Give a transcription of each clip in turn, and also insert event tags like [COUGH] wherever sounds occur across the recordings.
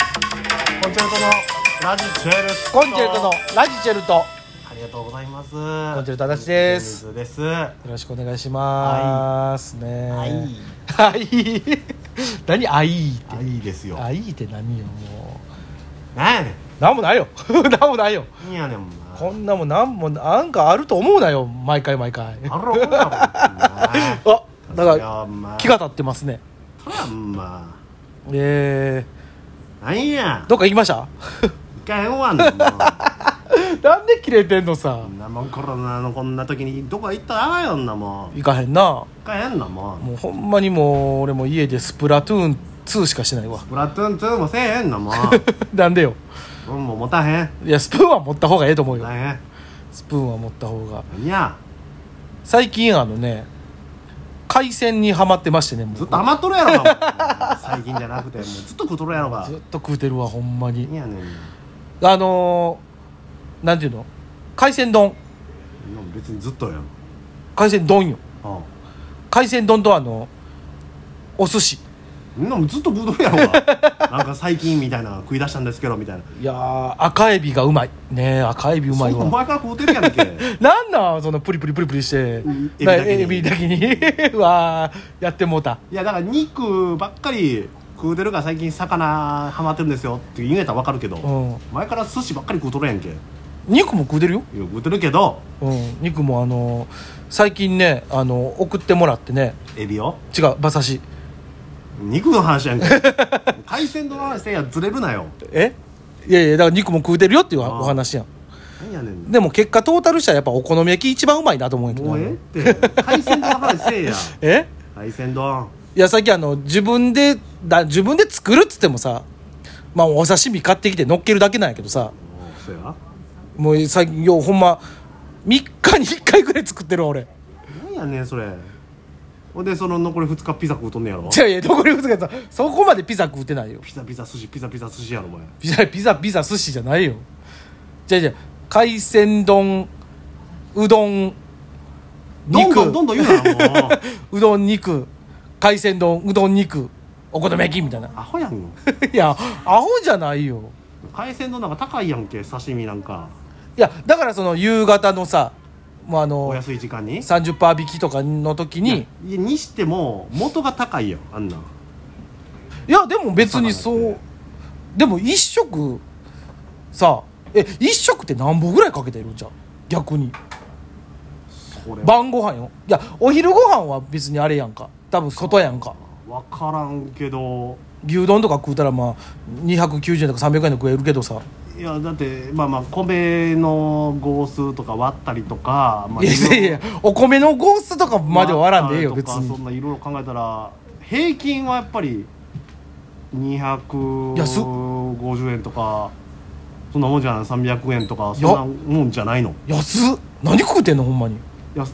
コンチェルトのラジチェルトコンチェルトのラジチェルトよありがとうございますコンチェルト足立ですですはろしくお願いしますねいはい何あいってあいいですよあいって何よもなんやねうなんもないよ [LAUGHS] なんもないよんいいやねんもんなこんなもんなんもなんかあると思うなよ毎回毎回あろこんなもんなあだそりかゃお前ら気が立ってますねそりゃまえあなんやー、どっか行きました一回へんわんねんもう [LAUGHS] なんで切れてんのさこんなもんコロナのこんな時にどこ行ったらあかんよんなもん行かへんな一回へんなもんもうほんまにもう俺も家でスプラトゥーン2しかしてないわ [LAUGHS] プラトゥーン2もせえへんなもんなんでようんもう持たへんいやスプーンは持った方がええと思うよ大変スプーンは持った方が何や最近あのね海鮮にはまってましてねもうずっと余っとるやろか最近じゃなくてもうずっと食うとるやろかずっと食うてるわほんまに何やねんあのー、なんていうの海鮮丼な別にずっとやん海鮮丼よあ海鮮丼とあのお寿司みんなもずっと食うとるやろか [LAUGHS] なんか最近みたいな食い出したんですけどみたいないやー赤エビがうまいねえ赤エビうまいそんなんわ前から食うてるやんけ [LAUGHS] なんなんそのプリプリプリプリしてうんなエエビビだだけに [LAUGHS] うわーやってもうたいやだから肉ばっかり食うてるから最近魚ハマってるんですよって言うんやったらわかるけど、うん前から寿司ばっかり食うとるやんけいや肉も食うてるよ、食うてるけどうん、肉もあのー最近ねあのー送ってもらってねエビよ違う馬刺し肉の話や [LAUGHS] んけ海鮮丼の話せいやずれるなよえいやいやだから肉も食うてるよっていうあーお話やん何やねんでも結果トータルしたらやっぱお好み焼き一番うまいなと思うんやけどもうええって海鮮丼の話せえやえ海鮮丼いやさっきあの自分でだ自分で作るっつってもさまあお刺身買ってきて乗っけるだけなんやけどもさうそうやもう最近ようほんま3日に1回ぐらい作ってるわ俺なんやねんそれほんでその残り2日ピザ食うとんねやろ違ういやどこに嘘つけたそこまでピザ食うてないよピザピザ寿司ピザピザ寿司やろお前ピザピザピザ寿司じゃないよじゃじゃ海鮮丼うどんどんど肉んどんどん言うなもううどん肉海鮮丼うどん肉お好み焼きみたい [LAUGHS] なアホやんよいやアホじゃないよ海鮮丼なんか高いやんけ刺身なんかいやだからその夕方のさもうあおの安い時間に30%引きとかの時にいやいやにしても元が高いやんあんなんでも別魚にそっうてでも一食さえ一食って何本ぐらいかけてるんじゃん逆にそれ晩ご飯よいやお昼ご飯は別にあれやんか多分外やんか分からんけど牛丼とか食うたらまあ290円とか300円で食えるけどさいやだってまあまあ米の合数とか割ったりとか、まあ、いやいやいやお米の合数とかまでは割らんでええよまあ別とかそんにないろいろ考えたら平均はやっぱり安っ250円とかそんなもんじゃない300円とかそんなもんじゃないの安っ何食うてんのほんまにいや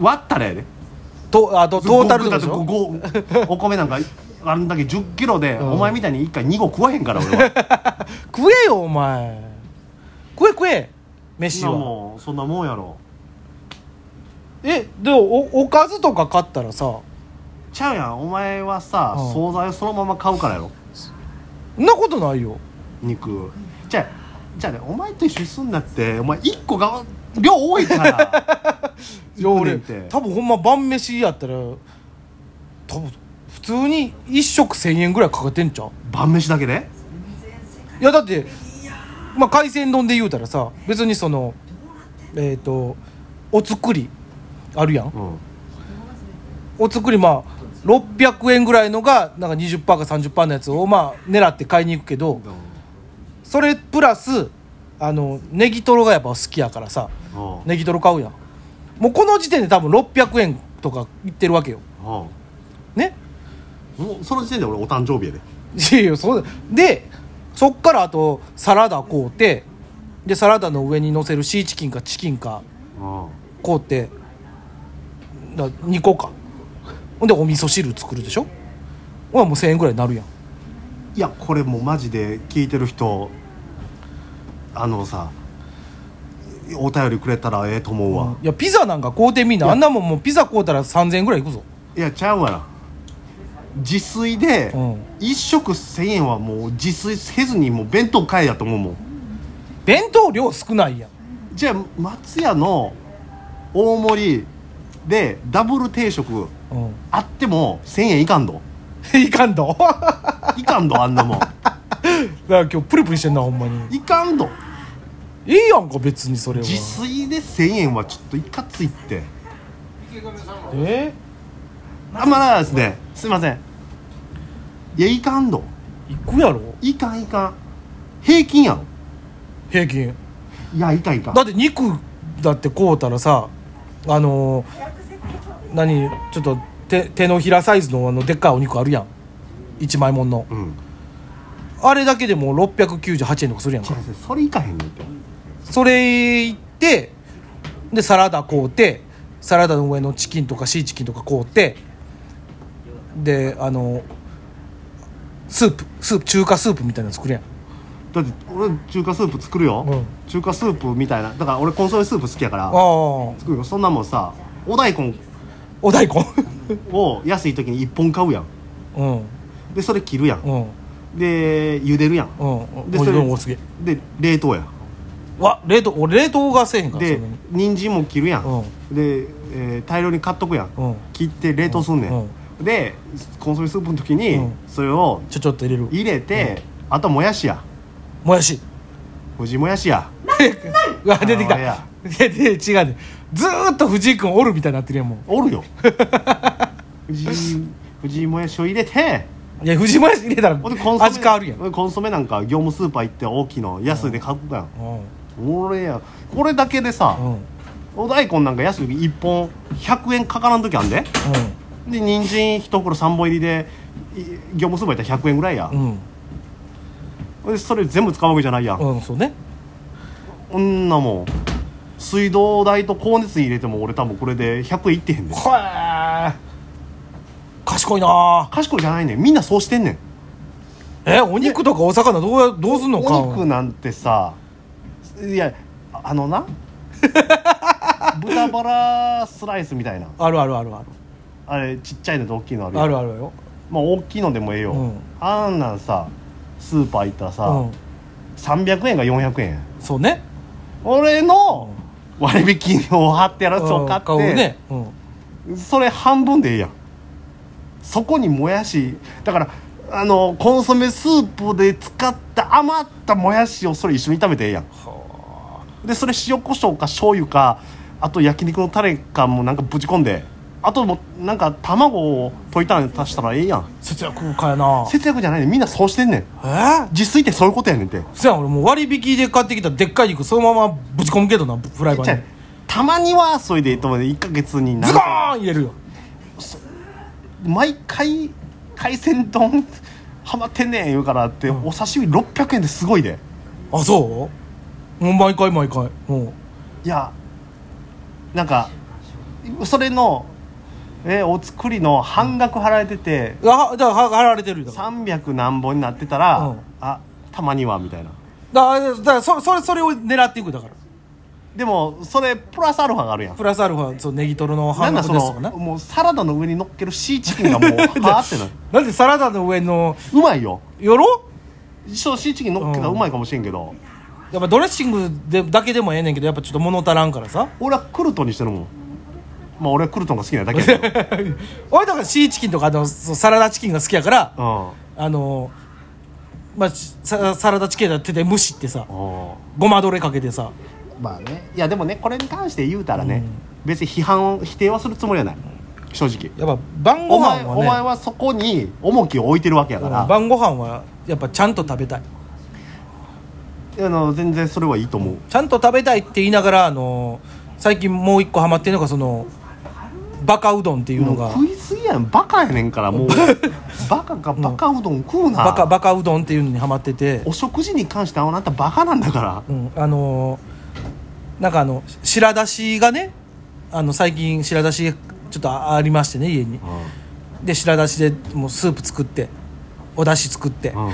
割ったらやでとあとトータルとかでしごょごお米なんかあんだけ1 0キロで、んお前みたいに1回2個食わへんから俺は食えよお前食え食え飯そんなはもんそんなもんやろえでもおおかずとか買ったらさちゃうやんお前はさ、うん惣菜をそのまま買うからやろそんなことないよ肉じゃあじゃあねお前と一緒にすんなってお前1個が量多いからいやい俺いねんて多分ほんま晩飯やったら多分普通に1食1000円ぐらいかけてんちゃう晩飯だけでいやだってまあ海鮮丼で言うたらさ別にそのえっ、とお作りあるやんうんお作りまあ600円ぐらいのがなんか20%か30%のやつをまあ狙って買いに行くけど、それプラスあのネギトロがやっぱ好きやからさうんネギトロ買うやんもうこの時点で多分600円とかいってるわけようんもね [LAUGHS] うその時点で俺お誕生日やでいやいやそうでそっからあとサラダ買うてでサラダの上に乗せるシーチキンかチキンかうん買うてだ2個かほんでお味噌汁作るでしょほらもう1000円ぐらいになるやんいやこれもうマジで聞いてる人あのさお便りくれたらええと思うわ、いやピザなんか買うてみんなあんなもんもうピザ買うたら3000円ぐらいいくぞいやちゃうわな自炊でうん一食1000円はもう自炊せずにもう弁当買えやと思うもん弁当量少ないやんじゃあ松屋の大盛りでダブル定食うんあっても1000円いかんど [LAUGHS] いかんどだかいかんどあんなもんら今日プルプルしてんなほんまにいかんどいいやんか別にそれは自炊で1000円はちょっといかついってえあまだですねすいませんいやいかんど行くやろいかんいかん平均やろ平均いやいかんいかんだって肉だってこうたらさあのー何ちょっと手手のひらサイズのあのでっかいお肉あるやん一枚もんのうんあれだけでもう698円とかするやん違かう違うそれいかへんねんってそれ行ってでサラダ買うてサラダの上のチキンとかシーチキンとか買うてであのスープスープ中華スープみたいなの作るやんだって俺中華スープ作るよ、う中華スープみたいなだから俺コンソメスープ好きやかあらあ作るよそんなもんさお大根お大根を安い時に1本買 [LAUGHS] うやんうんでそれ切るやんうんで茹でるやんうんうんでおそれいどんおすげえで冷凍やわ冷凍俺冷凍がせえへんからそでんなに人参も切るやん、うで、えー大量に買っとくやん、うん切って冷凍すんねん、うんでコンソメスープの時にうんそれをちょちょっと入れる入れて、あともやしやもやし藤もやしやうわ [LAUGHS] 出てきたあいれややで違うねずーっと藤井君おるみたいになってるやんもお [LAUGHS] るよ藤藤もやしを入れてういや藤井もやし入れたらほんでコンソメ味変わるやん、うん、コンソメなんか業務スーパー行って大きいの安いで買うやん、う俺やこれだけでさ、んうんお大根なんか安い時1本100円かからん時あんでで人参一袋3本入りでい業務スーパー行ったら100円ぐらいやう、んでそれ全部使うわけじゃないやん、うんそうねこんなもん水道代と光熱費入れても俺多分これで100円いってへんではえ賢いなあ賢いじゃないねんみんなそうしてんねんえお肉とかお魚どうやどうすんのかお肉なんてさいやああの [LAUGHS] な豚バラスライスみたいなあるあるあるあるあれちっちゃいのと大きいのあるやんあるあるよまあ大きいのでもええよ、うんあんなんさスーパー行ったらさ、うん300円が400円そうね俺の割引を貼ってやらせを買ん買うって、ねうんそれ半分でええやんそこにもやしだからあのコンソメスープで使った余ったもやしをそれ一緒に炒めてええやんでそれ塩コショウか醤油かあと焼肉のタレかもなんかぶち込んであともうなんか卵を溶いたの足したらええやん節約家やな節約じゃないねんみんなそうしてんねんえー、自炊ってそういうことやねんてそやん俺もう割引で買ってきたでっかい肉そのままぶち込むけどなフライパンじゃあにたまにはそれでいいと思うね1ヶ月にズ何コーン入れるよ毎回海鮮丼ハマってんねん言うからって、お刺身600円ですごいであそうもう毎回毎回もいやなんかそれのえお作りの半額払えてて、うあだからは払われてるよだから300何本になってたら、うんあたまにはみたいなだからだからそそれそれを狙っていくだからでもそれプラスアルファがあるやんプラスアルファそうネギトロのな半んだ額そですとかのなもうサラダの上に乗っけるシーチキンがも [LAUGHS] うはーってなるなんでサラダの上のうまいよよろそうシーチキン乗っけたらうまいかもしれんけど、やっぱドレッシングでだけでもええねんけどやっぱちょっと物足らんから [LAUGHS] さ俺はクルトンにしてるもんまあ俺はクルトンが好きなだけやけど、 [LAUGHS] うん、俺とかシーチキンとかあのそうサラダチキンが好きやからああのまあササラダチキンだって手で蒸しってさあごまどれかけてさまあねいやでもねこれに関して言うたらね、別に批判を否定はするつもりはない正直やっぱ晩ごお前飯お前はねはそこに重きを置いてるわけやから、晩ご飯はやっぱちゃんと食べたいあの全然それはいいと思うちゃんと食べたいって言いながらあの最近もう一個ハマってるのがそのバカうどんっていうものうが食いすぎやんバカやねんから [LAUGHS] もうバカかバカうどん食うなバカバカうどんっていうのにハマっててお食事に関してはあなたバカなんだからうん、あのーなんかあの白だしがねあの最近白だしちょっとあありましてね家にで白だしでもうスープ作っておだし作ってうん、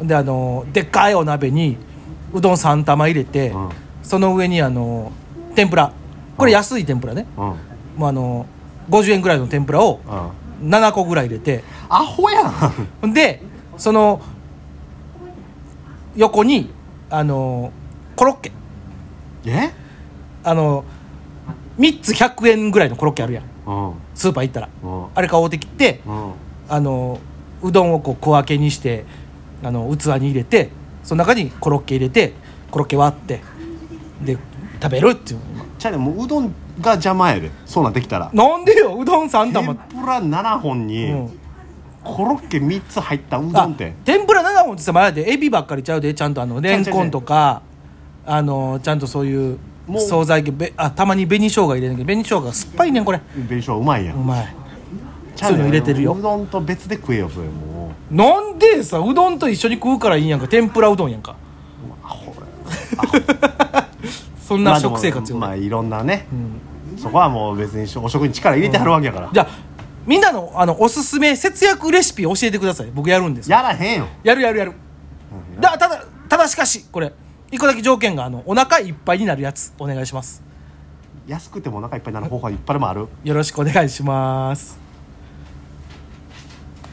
うんであのーでっかいお鍋にうどん3玉入れて、うんその上にあのー天ぷらこれ安い天ぷらね、うんもうあのー50円ぐらいの天ぷらをうん7個ぐらい入れてアホやんほんでその横にあのコロッケえあの3つ100円ぐらいのコロッケあるやんうんうんスーパー行ったらうんあれ買おうてきてあのうどんをこう小分けにしてあの器に入れてその中にコロッケ入れてコロッケ割ってで食べるっていうちゃうねもううどんが邪魔やでそうなんできたらなんでようどん3天玉ぷら7本に、うんコロッケ3つ入ったうどあんって天ぷら7本ってさ前でエビばっかりちゃうでちゃんとあのレンコンとかあのちゃんとそういうもう惣菜系べあたまに紅生姜入れるんだけど紅生姜が酸っぱいねんこれ弁償うまいやうんまいちゃうそういうねの入れてるようどんと別で食えよそれもなんでさうどんと一緒に食うからいいんやんか天ぷらうどんやんかうアホや [LAUGHS] そんまなあでも食生活よ、まあいろんなねうんそこはもう別にお食に力入れてはるわけやからじゃあみんなのあのおすすめ節約レシピ教えてください僕やるんですややらへんよるやるやるだただただしかしこれ一個だけ条件があのお腹いっぱいになるやつお願いします安くてもお腹いっぱいになる方法はいっぱいでもあるよろしくお願いします